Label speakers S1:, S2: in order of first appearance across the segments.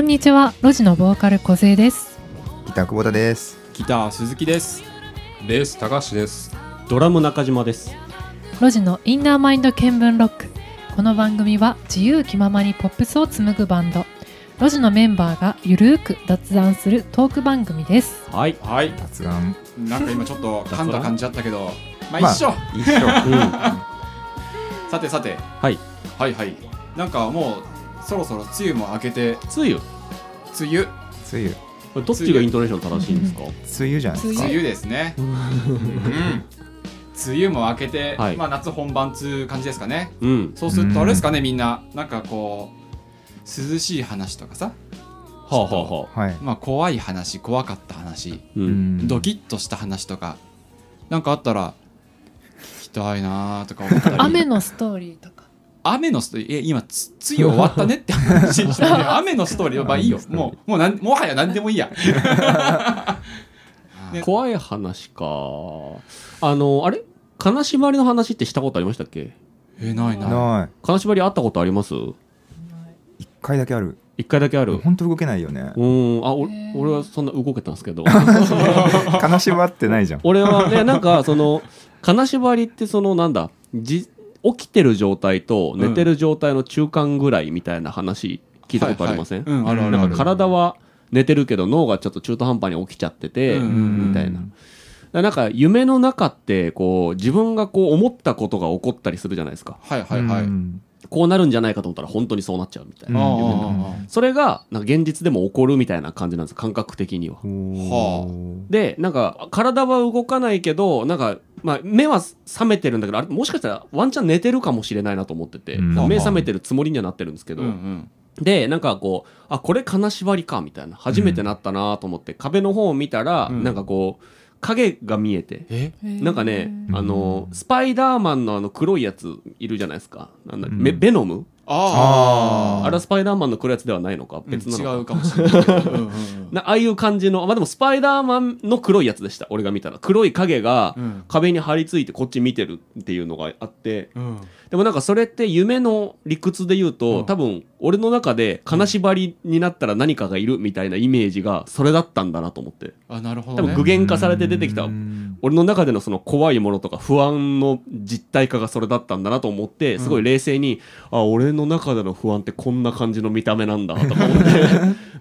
S1: んにちはロジのボーカル小勢です
S2: ギター久保田です。
S3: ギター鈴木です。
S4: レース高橋です。
S5: ドラム中島です。
S1: ロジのインナーマインド見聞ロックこの番組は自由気ままにポップスを紡ぐバンドロジのメンバーがゆるーく雑談するトーク番組です
S5: はい。
S3: はい。
S2: 発案。
S3: なんか今ちょっと噛んだ感じだったけど、まあ
S2: まあ
S3: 一緒。
S2: 一 緒。
S5: うん。
S3: さてさて、
S5: はい。
S3: はいはい。なんかもうそろそろ梅雨も明けて
S5: つゆ。
S3: 梅雨
S2: 梅雨。
S5: これどっちがイントネーション正しいんですか。
S2: 梅雨じゃないです
S3: 梅
S2: か。
S3: 雨ですね。うん。梅雨も明けて、
S5: はい
S3: まあ夏本番つう感じですかね。
S5: うん。
S3: そうするとあれですかねみんななんかこう涼しい話とかさ、
S5: はあ、はあはあ。
S2: はい。
S3: まあ怖い話、怖かった話、
S5: う。
S2: うんん
S3: ドキッとした話とか、なんかあったら聞きたいなーとか思ったり。
S1: 雨のストーリーとか
S3: 雨のストーリー、え今、つ、つい終わったねって話して る、雨のストーリー、まあいいよ。もう、もうなん、もはや何でもいい や。ね
S5: 怖い話か。あの、あれ。金縛りの話ってしたことありましたっけ。
S3: え、ないな
S2: な
S5: 金縛りあったことあります。
S2: い。一回だけある。
S5: 一回だけある。
S2: 本当動けないよね
S5: う。ーん、あ、お
S1: へー
S5: 俺はそんな動けたんですけど。
S2: 悲しまってないじゃん。
S5: 俺はね、なんか、その。金縛りって、その、なんだ。じ。起きてる状態と寝てる状態の中間ぐらいみたいな話。聞いたことありません。
S3: はいはいうん、あるある
S5: な
S3: あ
S5: ん
S3: る
S5: か。体は寝てるけど脳がちょっと中途半端に起きちゃってて、
S3: うんうんうん
S5: みたいな。だからなんか夢の中ってこう自分がこう思ったことが起こったりするじゃないですか
S3: はいはいはい。あ
S2: う
S3: ー
S2: ん
S5: こうなるんじゃないかと思ったら本当にそうなっちゃうみたい
S2: うん
S5: な、それがなんか現実でも起こるみたいな感じなんです感覚的には
S2: おー
S5: でなんか体は動かないけどなんか、まあ、目は覚めてるんだけどあれもしかしたらワンチャン寝てるかもしれないなと思ってて、
S2: うん
S5: 目覚めてるつもりにはなってるんですけど、
S3: うんうん。
S5: でなんかこうあこれ金縛りかみたいな初めてなったなと思って、壁の方を見たら、
S3: うん
S5: なんかこう影が見えて
S3: え
S5: なんかね、
S2: うん
S5: あのスパイダーマンのあの黒いやついるじゃないですかなんだ、
S2: うん
S5: ベベノム
S3: あ
S2: ー
S5: あれはスパイダーマンの黒いやつではないのか
S3: ー
S5: 別なのか、
S3: うん違うかもしれない。うんうんうん
S5: なああいう感じのまあでもスパイダーマンの黒いやつでした俺が見たら黒い影が
S3: うん
S5: 壁に張り付いてこっち見てるっていうのがあって
S3: うん。
S5: でもなんかそれって夢の理屈で言うと、
S3: うん
S5: 多分俺の中で金縛りになったら何かがいるみたいなイメージがそれだったんだなと思って
S3: あ、なるほ
S5: 多
S3: どね。
S5: 分具現化されて出てきた
S2: うん
S5: 俺の中でのその怖いものとか不安の実体化がそれだったんだなと思ってすごい冷静に、あ俺の中での不安ってこんな感じの見た目なんだとか思っ て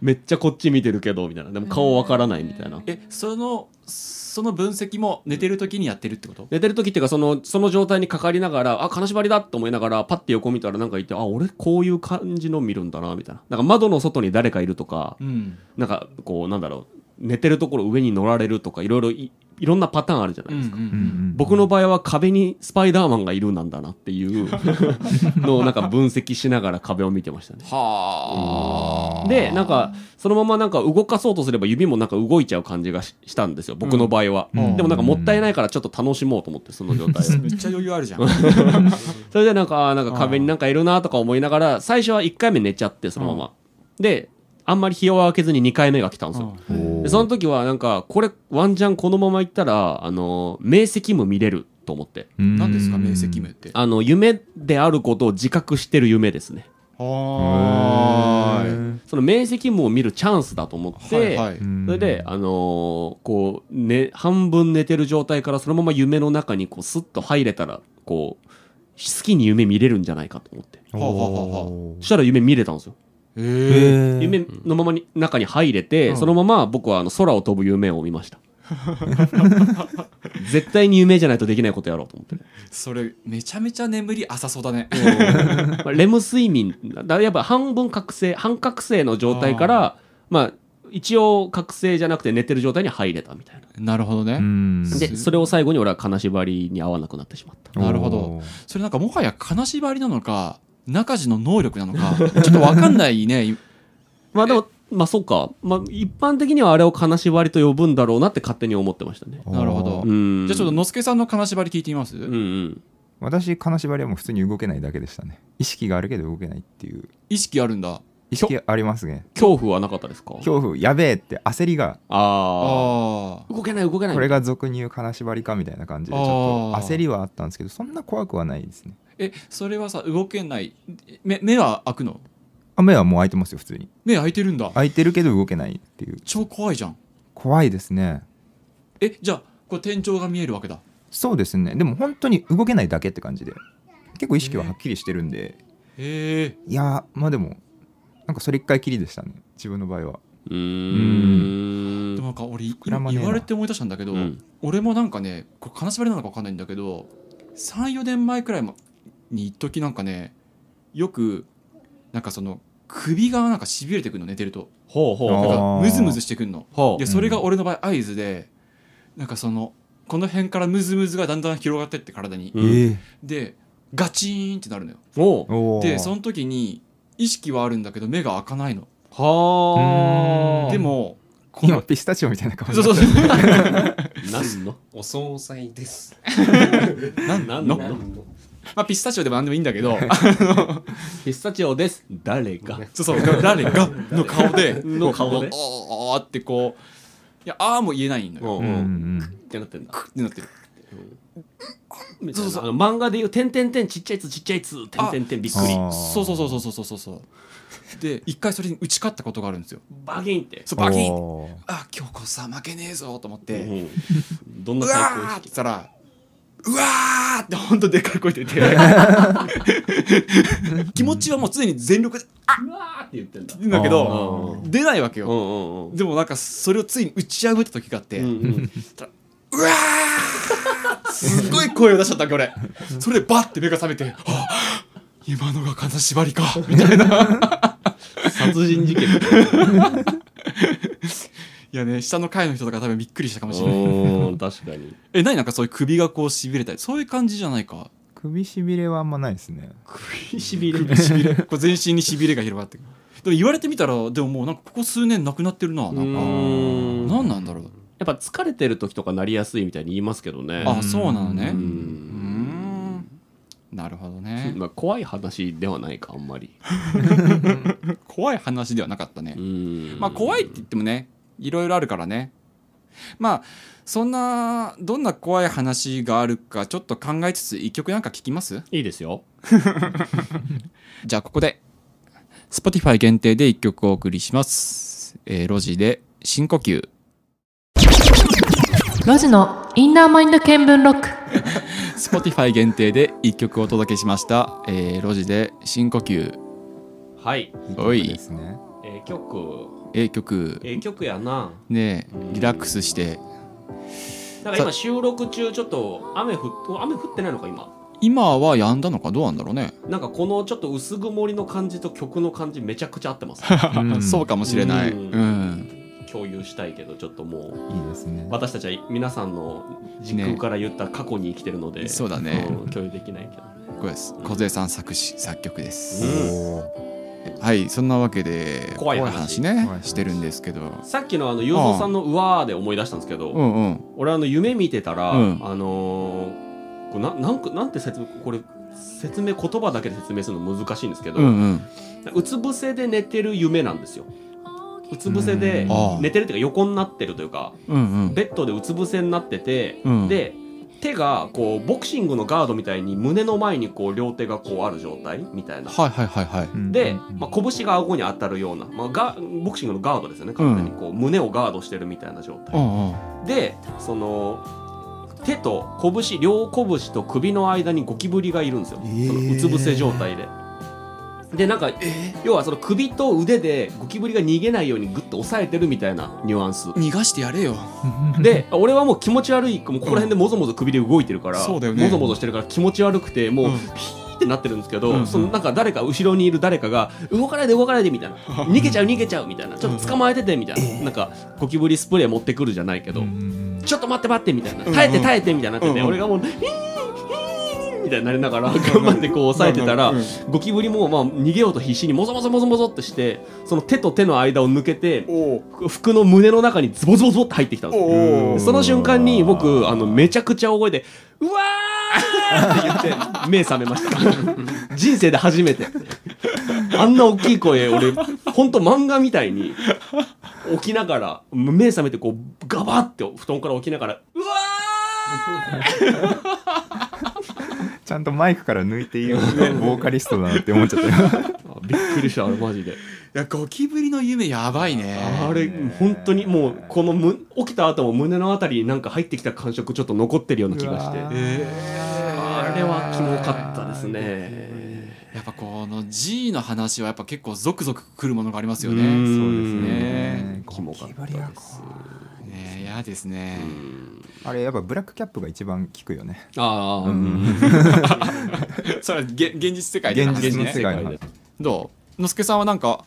S5: めっちゃこっち見てるけどみたいなでも顔わからないみたいな。
S3: え、その、その分析も寝てる時にやってるってこと
S5: 寝てる時っていうかそのその状態にかかりながらあ金縛りだと思いながらパッて横見たらなんかいてあ俺こういう感じの見るんだなみたいななんか窓の外に誰かいるとか
S3: うん。
S5: なんかこうなんだろう寝てるところ上に乗られるとかいろいろいいろんなパターンあるじゃな
S3: う
S5: い
S3: んう
S5: ですか、
S3: ん。
S5: 僕の場合は壁にスパイダーマンがいるなんだなっていうのをなんか分析しながら壁を見てましたね
S3: はあ。
S5: でなんかそのままなんか動かそうとすれば指もなんか動いちゃう感じがししたんですよ僕の場合は、
S2: うん
S5: でもなんかもったいないからちょっと楽しもうと思ってその状態を
S3: めっちゃ余裕あるじゃん。
S5: それでなんかあーなんか壁になんかいるなとか思いながら最初は1回目寝ちゃってそのまま、であんまり日を開けずに2回目が来たんですよ、
S2: おー
S5: でその時はなんかこれワンチャンこのまま行ったらあの明晰夢見れると思って
S2: うん
S3: 何ですか、明晰夢って。
S5: あの夢であることを自覚してる夢ですね
S3: は
S2: へ
S3: ーい
S2: ー
S5: その明晰夢を見るチャンスだと思って、
S3: はいはい
S2: うん
S5: それで、あのーこう、ね、半分寝てる状態からそのまま夢の中にこうスッと入れたらこう好きに夢見れるんじゃないかと思って
S3: はあはあはあ
S2: お
S5: そ
S2: ー
S5: したら夢見れたんですよ
S3: ええ
S2: へー
S5: 夢のままに中に入れて、
S3: うん
S5: そのまま僕はあの空を飛ぶ夢を見ました絶対に夢じゃないとできないことやろうと思って、
S3: それめちゃめちゃ眠り浅そうだね
S5: まあレム睡眠だからやっぱ半分覚醒半覚醒の状態からまあ一応覚醒じゃなくて寝てる状態に入れたみたいな
S3: なるほどね、
S2: うん
S5: ですそれを最後に俺は金縛りに合わなくなってしまった
S3: なるほどそれなんかもはや金縛りなのか中地の能力なのかちょっとわかんないね
S5: まあでもまあそうか、まあ、一般的にはあれを金縛りと呼ぶんだろうなって勝手に思ってましたね
S2: おー
S3: なるほど
S5: うん
S3: じゃあちょっとのすけさんの金縛り聞いてみます、
S5: うんうん
S2: 私金縛りはもう普通に動けないだけでしたね意識があるけど動けないっていう
S3: 意識あるんだ
S2: 意識ありますね
S5: 恐怖はなかったですか
S2: 恐怖やべえって焦りが
S3: あ
S5: ああ
S3: あ
S5: 動けない動けない
S2: これが俗に言う金縛りかみたいな感じでちょっ
S3: あー
S2: と焦りはあったんですけどそんな怖くはないですね
S3: えそれはさ動けないえ目目は開くの
S2: あ目はもう開いてますよ普通に
S3: 目開いてるんだ
S2: 開いてるけど動けないっていう
S3: 超怖いじゃん
S2: 怖いですね
S3: えじゃあこれ天井が見えるわけだ
S2: そうですねでも本当に動けないだけって感じで結構意識ははっきりしてるんで、
S3: へえ
S2: いやーまあでもなんかそれ一回きりでしたね自分の場合は
S5: うー
S3: で
S5: ん
S3: もなんか俺い
S2: 膨らまねえな
S3: 言われて思い出したんだけど、
S5: うん
S3: 俺もなんかねこれ金縛りなのか分かんないんだけど34年前くらいまに一時なんかねよくなんかその首がなんかしびれてくるの寝てると
S5: ほうほう
S2: あ
S3: な
S5: ほ
S2: ー
S5: う
S3: んかムズムズしてくるの
S5: ほう
S3: でそれが俺の場合合図でなんかそのこの辺からムズムズがだんだん広がってって体に、
S5: うん
S2: え
S3: でガチーンってなるのよ
S5: おう
S2: おー
S3: でその時に意識はあるんだけど目が開かないの
S5: はあ
S3: でもこ
S2: 今
S3: の
S2: ピスタチオみたいな顔
S3: そう そうそう
S5: なんの
S4: お惣菜です。
S5: なんなん
S3: の
S5: の
S3: まあピスタチオでも何でもいいんだけど
S5: ピスタチオです 誰が
S3: そうそう、誰がの顔で、
S5: の顔で
S3: おーってこう、いや、あーも言えないの
S5: う
S3: よ。
S2: うん
S5: ん
S2: う
S5: うん
S2: ん
S5: ってなってんだ
S3: ってなってる。
S5: みたい
S3: そう
S5: な
S3: そう
S5: あの漫画でいう「てんてんてんちっちゃいつちっちゃいつてんてんてんびっくり
S2: あー
S3: そうそうそうそうそうそうそう。で、一回それに打ち勝ったことがあるんですよ。
S5: バギン」って
S3: そう、バキン
S2: おー
S3: あー、今日こそは負けねえぞと思って、う
S5: うんどんな
S3: わ
S5: 最
S3: ー
S5: 高
S3: って
S5: 意
S3: 言っ
S5: 識
S3: たら、うわーってほんとでっかい声 出て気持ちはもう常に全力で
S5: うわーって言ってんだ
S3: 言うんだけど
S2: あー
S3: 出ないわけ
S5: うん
S3: よ、
S5: うんうん
S3: でもなんかそれをついに打ち破った時があって、
S5: うんうん
S3: うわーすごい声を出しちゃったわけ俺それでバッて目が覚めて「あ今のが金縛りか」みたいな
S5: 殺人事件みたい
S3: いやね下の階の人とか多分びっくりしたかもしれない
S5: なうん確かに
S3: え何なんかそういう首がこうしびれたりそういう感じじゃないか
S2: 首しびれはあんまないですね
S5: しびれ
S3: 首しびれ こう全身にしびれが広がってくるでも言われてみたらでももうなんかここ数年なくなってるななんか
S5: うん
S3: 何なんだろう
S5: やっぱ疲れてる時とかなりやすいみたいに言いますけどね
S3: あそうなのね
S5: う
S3: うんんなるほどね
S5: まあ怖い話ではないかあんまり
S3: 怖い話ではなかったね
S5: うん
S3: まあ怖いって言ってもねいろいろあるからねまあそんなどんな怖い話があるかちょっと考えつつ一曲なんか聞きます
S5: いいですよ
S3: じゃあここで Spotify 限定で一曲お送りします、えー、ロジで深呼吸
S1: ロジのインナーマインド見聞録
S3: Spotify 限定で一曲お届けしました、えー、ロジで深呼吸
S5: はい
S3: おい
S2: いい曲ですね
S5: えー曲
S3: ええ曲
S5: えー曲やな
S3: ねえリラックスして
S5: なんか今収録中ちょっと雨降っ雨降ってないのか今
S3: 今はやんだのかどうなんだろうね、
S5: なんかこのちょっと薄曇りの感じと曲の感じめちゃくちゃ合ってます
S2: うん
S3: そうかもしれない
S5: うん
S3: うん
S5: 共有したいけどちょっともう
S2: いいですね
S5: 私たちは皆さんの時空から言った過去に生きてるので、
S3: ねそうだね
S5: ん共有できないけどね
S3: これです小杉さん作詞作曲です、
S5: うん
S2: おー
S3: はいそんなわけで
S5: 怖い話
S2: 怖
S3: ね
S2: い話
S3: してるんですけど
S5: さっきのあの雄三さんの「うわー」で思い出したんですけど、
S3: うんうん
S5: 俺あの夢見てたら、
S3: うん
S5: あのーこうななんかなんて説明これ説明言葉だけで説明するの難しいんですけど、
S3: うんうん
S5: うつ伏せで寝てる夢なんですようつ伏せで
S2: うん
S3: ああ
S5: 寝てるというか横になってるというか
S3: うん
S5: ベッドでうつ伏せになってて、
S3: うん
S5: で手がこうボクシングのガードみたいに胸の前にこう両手がこうある状態みたいな。
S3: はいはいはいはい
S2: うん
S5: で、
S2: うん
S5: まあ、拳が顎に当たるような、まあ、がボクシングのガードですよね完全にこう、胸をガードしてるみたいな状態、
S3: うんうん
S5: でその手と拳両拳と首の間にゴキブリがいるんですよ、
S2: えー
S5: そのうつ伏せ状態で。でなんか、要はその首と腕でゴキブリが逃げないようにグッと押さえてるみたいなニュアンス
S3: 逃がしてやれよ
S5: で俺はもう気持ち悪いもうここら辺でもぞもぞ首で動いてるから、
S3: そうだよね
S5: もぞもぞしてるから気持ち悪くてもう、
S3: うん
S5: ピーってなってるんですけど、
S3: うんうん
S5: そのなんか誰か後ろにいる誰かが動かないで動かないでみたいな逃げちゃう逃げちゃうみたいなちょっと捕まえててみたいな、なんかゴキブリスプレー持ってくるじゃないけど、
S2: うんうん
S5: ちょっと待って待ってみたいな
S3: うん
S5: 耐えて耐えてみたいになってて、
S3: うん
S5: 俺がもう「ヒーヒーヒーみたいになりながら頑張ってこう抑えてたら、
S3: うんうん
S5: ゴキブリもまあ逃げようと必死にもぞもぞもぞもぞってしてその手と手の間を抜けて
S3: お
S5: 服の胸の中にズボズボズボって入ってきたんですよ
S3: お
S5: で
S3: お
S5: その瞬間に僕あのめちゃくちゃ大声で「うわー!」って言って 目覚めました 人生で初めてあんな大きい声俺ほんと漫画みたいに起きながら目覚めてこうガバって布団から起きながら「うわ
S2: ちゃんとマイクから抜いていいようなボーカリストだなって思っちゃったよ
S5: ー!」びっくりしたあれマジで
S3: やゴキブリの夢やばいね
S5: あれ本当にもうこのむ起きた後も胸のあたりになんか入ってきた感触ちょっと残ってるような気がして
S2: うわー
S5: あれはキモかったですね
S3: やっぱこの G の話はやっぱ結構ゾクゾクくるものがありますよ
S5: う
S3: ね
S5: ん
S2: そうです
S3: ね
S2: ね
S5: キモかったです
S3: ね嫌ですね
S5: うん
S2: あれやっぱブラックキャップが一番効くよね
S5: ああ、
S2: うん
S3: それはげ現実世界で
S2: 現
S3: 話
S2: 実の
S3: ね
S2: 世界の話
S3: どうのすけさんはなんか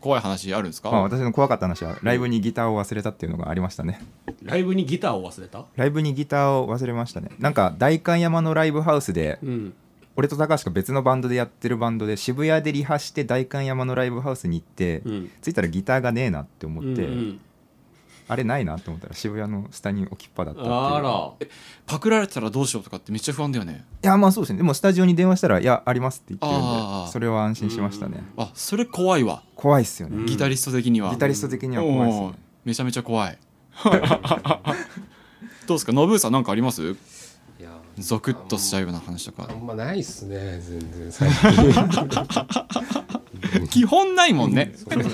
S3: 怖い話あるんですか、
S2: まあ、私の怖かった話はライブにギターを忘れたっていうのがありましたね
S5: ライブにギターを忘れた
S2: ライブにギターを忘れましたねなんか代官山のライブハウスで
S5: うん
S2: 俺と高橋が別のバンドでやってるバンドで渋谷でリハして代官山のライブハウスに行って、
S5: うん
S2: 着いたらギターがねえなって思って、
S5: うん
S2: あれないなって思ったら渋谷の下に置きっぱだったっていう
S5: あら
S3: パクられたらどうしようとかってめっちゃ不安だよね
S2: いやまあそうですねでもスタジオに電話したら「いやあります」って言ってるん
S3: あー
S2: でそれは安心しましたね、
S3: あそれ怖いわ
S2: 怖いっすよね、
S5: うん
S3: ギタリスト的には、
S2: ギタリスト的には怖いっすね
S3: おーめちゃめちゃ怖いどうですかノブーさんなんかあります
S4: いや
S3: ゾクッとしちゃうような話とか
S4: あんまないっすね全然最近
S3: 基本ないもん ね
S4: そう
S3: ゾ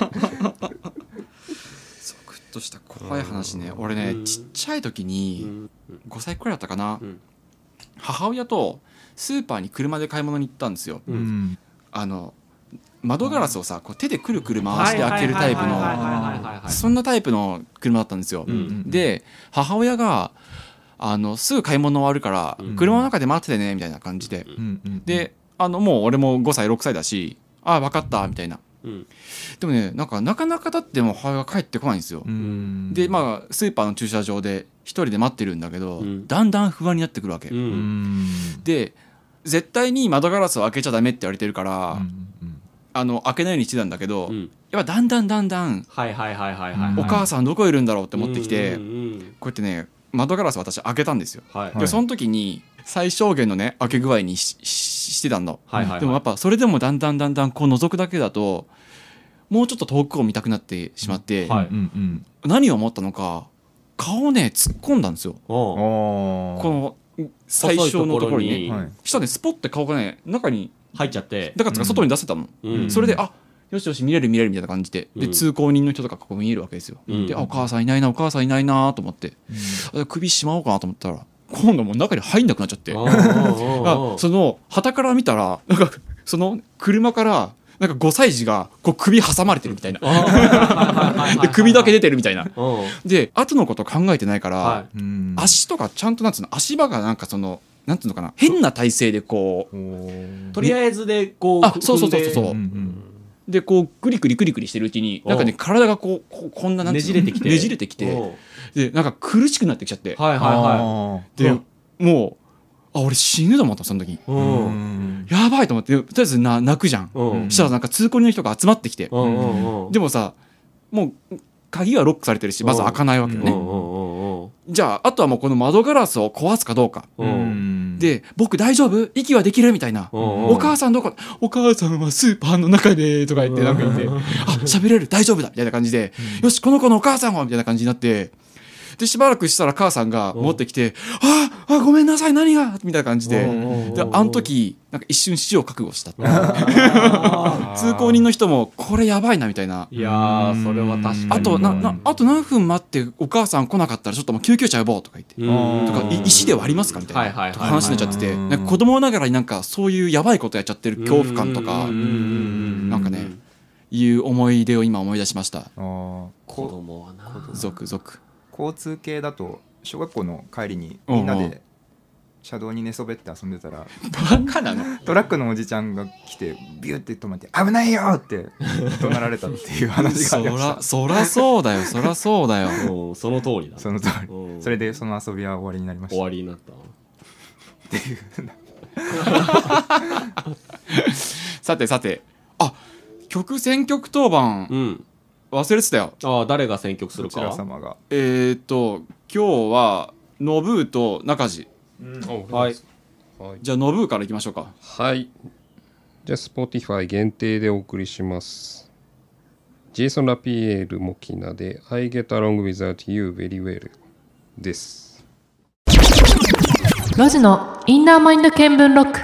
S3: クッとした怖い話ね俺
S5: う
S3: ね
S5: ん
S3: ちっちゃい時に5歳くらいだったかな、
S5: うん
S3: 母親とスーパーに車で買い物に行ったんですよ
S5: う
S2: うんん
S3: あの窓ガラスをさこう手でくるくる回して開けるタイプ
S2: はいはいはいはい
S3: のそんなタイプの車だったんですよ、
S5: うん
S3: で母親があのすぐ買い物終わるから、
S5: うん
S3: 車の中で待っててねみたいな感じで、
S2: うんうん
S3: であのもう俺も5歳6歳だしあ分かったみたいな
S5: うん
S3: でもねなんかなかなかだっても母親が帰ってこないんですよ、
S2: うん
S3: でまあスーパーの駐車場で一人で待ってるんだけど、
S5: うん
S3: だんだん不安になってくるわけ、
S5: う
S2: うんん
S3: で絶対に窓ガラスを開けちゃダメって言われてるから、
S2: うんうん
S3: あの開けないようにしてたんだけど、
S5: うん
S3: やっぱだんだんだんだん
S5: はいはいはいはい
S2: うん
S3: お
S5: はい
S3: 母さんどこいるんだろうって思ってきて、
S5: うんうんうん
S3: こうやってね窓ガラス私開けたんですよ、
S5: は
S2: は
S5: い
S2: い
S3: でその時に最小限のね開け具合にしししてたの、
S5: はいはいはい
S3: でもやっぱそれでもだんだんだんだんこう覗くだけだともうちょっと遠くを見たくなってしまって、
S5: はい
S2: うんうん
S3: 何を思ったのか顔をね突っ込んだんですよ
S5: おう
S2: おー
S3: この最小のところにね
S5: に
S2: はい
S3: したらねスポッて顔がね中に
S5: 入っちゃって
S3: だから外に出せたの、
S5: うん
S3: それであよしよし見れる見れるみたいな感じでで
S5: うん
S3: 通行人の人とかここ見えるわけですよ、
S5: うん
S3: であお母さんいないなお母さんいないなと思ってあ首しまおうかなと思ったら今度もう中に入んなくなっちゃって
S5: おう
S3: あ
S5: おうおう
S3: その旗から見たらなんかその車からなんか5歳児がこう首挟まれてるみたいなで首だけ出てるみたいな
S5: おう
S3: で後のこと考えてないから、
S5: は
S2: うん
S3: 足とかちゃんとなんつうの足場がなんかそのなんつうのかな変な体勢でこう
S2: おー
S5: いとりあえずでこう
S3: あそうそうそうそう
S2: うんうん
S3: でこうグリグリグリグリしてるうちになんかね
S5: お
S3: 体がこうこうこんなな
S5: ね
S3: んつうの
S5: じれてきて
S3: ねじれてきて
S5: おう
S3: でなんか苦しくなってきちゃって
S5: はいはい
S2: あ
S5: はい
S3: で
S5: う
S3: もうあ俺死ぬと思ったその時
S5: う
S2: ー
S5: んうん
S2: ん
S3: やばいと思ってとりあえずな泣くじゃん
S5: うん
S3: したらなんか通行人の人が集まってきて
S5: うんうんうん
S3: でもさもう鍵はロックされてるしまず開かないわけよ
S5: うんう
S3: ね
S5: んうんうん
S3: じゃああとはもうこの窓ガラスを壊すかどうか
S5: うん
S2: うん
S3: で僕大丈夫息はできるみたいな
S5: うん
S3: お母さんどこお母さんはスーパーの中でとか言ってなんか言って
S5: うん
S3: あ喋れる大丈夫だみたいな感じでよしこの子のお母さんはみたいな感じになってでしばらくしたら母さんが持ってきてああごめんなさい何がみたいな感じでであの時なんか一瞬死を覚悟したって通行人の人もこれやばいなみたいない
S5: やーそれは確かに
S3: あとななあと何分待ってお母さん来なかったらちょっともう救急車呼ぼうとか言って。
S5: うん
S3: とかい石で割りますかみたいな、
S5: はいはいはい
S3: とか話になっちゃってて
S2: うん
S3: なんか子供ながらになんかそういうやばいことやっちゃってる恐怖感とか
S5: うんうんうん
S3: なんかねいう思い出を今思い出しました
S2: あー
S5: 子供はな
S3: ゾクゾク
S2: 交通系だと小学校の帰りにみんなで車道に寝そべって遊んでたら
S3: バカなの
S2: トラックのおじちゃんが来てビューって止まって「危ないよ!」って怒鳴られたっていう話があ
S3: そ
S2: りまし
S3: らそらそうだよそらそう だよ
S5: うんその通りだ
S2: たその通り
S5: うん
S2: それでその遊びは終わりになりまし
S5: 終
S2: た
S5: わりになっ た
S3: さてさてあ曲選曲当番
S5: うん
S3: 忘れてたよ
S5: ああ誰が選曲す
S2: ど
S5: る
S2: ちら
S5: か
S2: 様が
S3: えー、っと今日はノブーと中地
S5: はい
S4: はい
S3: じゃあノブーからいきましょうか
S4: はい。じゃあ、Spotify 限定でお送りします。ジェイソン・ラピエール・モキナで I get along without you very well です。
S1: ロジのインナーマインド見聞録。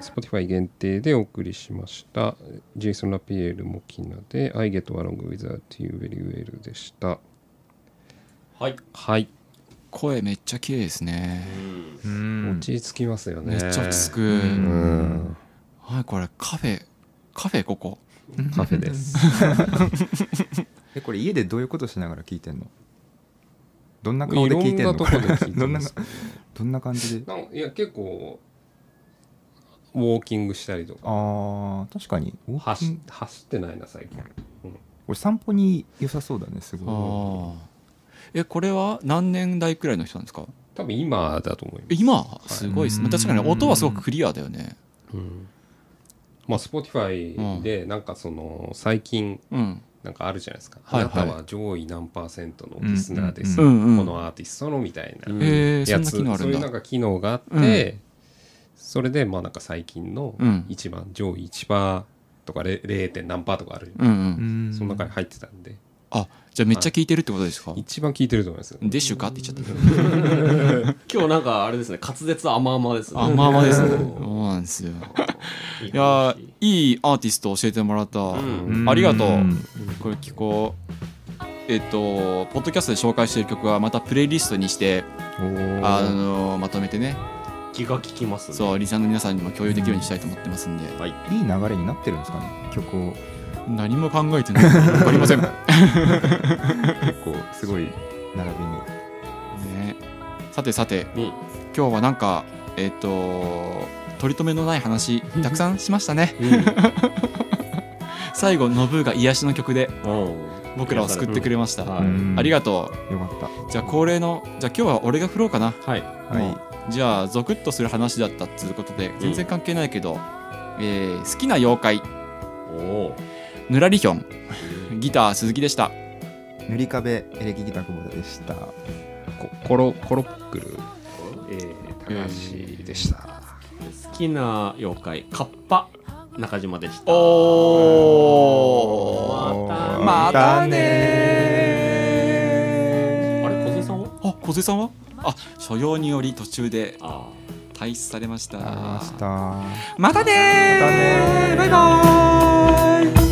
S4: Spotify Spotify 限定でお送りしました。ジェイソン・ラピエール・モキナで I get along without you very well でした。
S5: はい。
S4: はい。
S3: 声めっちゃ綺麗ですね
S2: うん
S4: 落ち着きますよ
S3: め
S4: ね。
S3: っちゃ落ち着く、
S4: うん。
S3: はいこれカフェカフェここ
S4: カフェです。
S2: えこれ家でどういうことしながら聞いてんのどんな顔で聞いてんの
S4: いろんなとこで聞いて
S2: どんな
S4: ます
S2: どんな感じで
S4: なんいや、結構、ウォーキングしたりとか。
S2: あー確かにウォーキン
S4: 走
S2: グ
S4: 走ってないな、最近。
S2: 俺散歩に良さそうだねす
S3: あ
S2: ご
S3: あえこれは何年代くらいの人なんですか
S4: 多分今だと思いま
S3: え
S4: す。
S3: 今すごいですね
S2: うん
S3: 確かに音はすごくクリアだよね
S4: うんまあ、Spotify で、なんかその、最近、
S3: うん
S4: なんかあるじゃないですか。
S3: はい
S4: あなた
S3: はい
S4: は上位何パーセントのリスナーです。
S2: う
S3: う
S4: こ
S3: んうん
S4: のアーティストのみたいな。
S5: うん
S3: へえそ
S4: や
S3: んな
S4: つ
S3: 機能ある
S4: そういうんなん
S3: だ
S4: か機能があって、
S3: うん
S4: それでまあなんか最近の
S3: うん
S4: 一番上位1パーとか 0. 0. 何パーとかある、
S3: うんう
S2: いうんん
S4: その中に入ってたんで
S3: あじゃあめっちゃ聞いてるってことですか
S4: 一番聞いてると思いますよ
S3: デッシュかって言っちゃった
S5: 今日なんかあれですね、滑舌甘々ですね。
S3: あまあまあですね
S5: うん
S3: そうなんですよ
S5: い
S3: いやーいいアーティスト教えてもらった、
S5: ん
S3: ありがとう、
S2: ん
S3: これ聞こうえっとポッドキャストで紹介してる曲はまたプレイリストにしてあのまとめてね
S5: 気が利きますね。
S3: そうリサの皆さんにも共有できるようにしたいと思ってますんで、
S2: いい流れになってるんですかね曲を
S3: 何も考えてないわかりません、ね、
S2: 結構すごい並びに
S3: さてさて
S5: うん。
S3: 今日はなんかえっと取り留めのな い話たくさんしましたね最後ノブーが癒しの曲で
S5: うん。
S3: 僕らを救ってくれました、
S5: はい
S2: うん
S3: ありがと
S2: よかっ
S3: うじゃあ恒例のじゃあ今日は俺が振ろうかな
S5: はい。
S2: たはい
S3: もうじゃあゾクッとする話だったっつうことで全然関係ないけど、えー好きな妖怪
S5: おお。
S3: ぬらりひょんギター鈴木でした
S2: 塗り壁エレキギター久保田でした
S4: こコロコロックル、えー、高橋でした、
S5: 好きな妖怪、カッパ、中島でした。
S3: お
S5: また
S3: また
S5: あ
S3: ね
S5: れ、小杉さんは
S3: あ小瀬さんはあ所用により途中で
S5: あ
S3: 退出されました
S2: ありがとうございました
S3: またねー
S2: またねー
S3: バイバーイ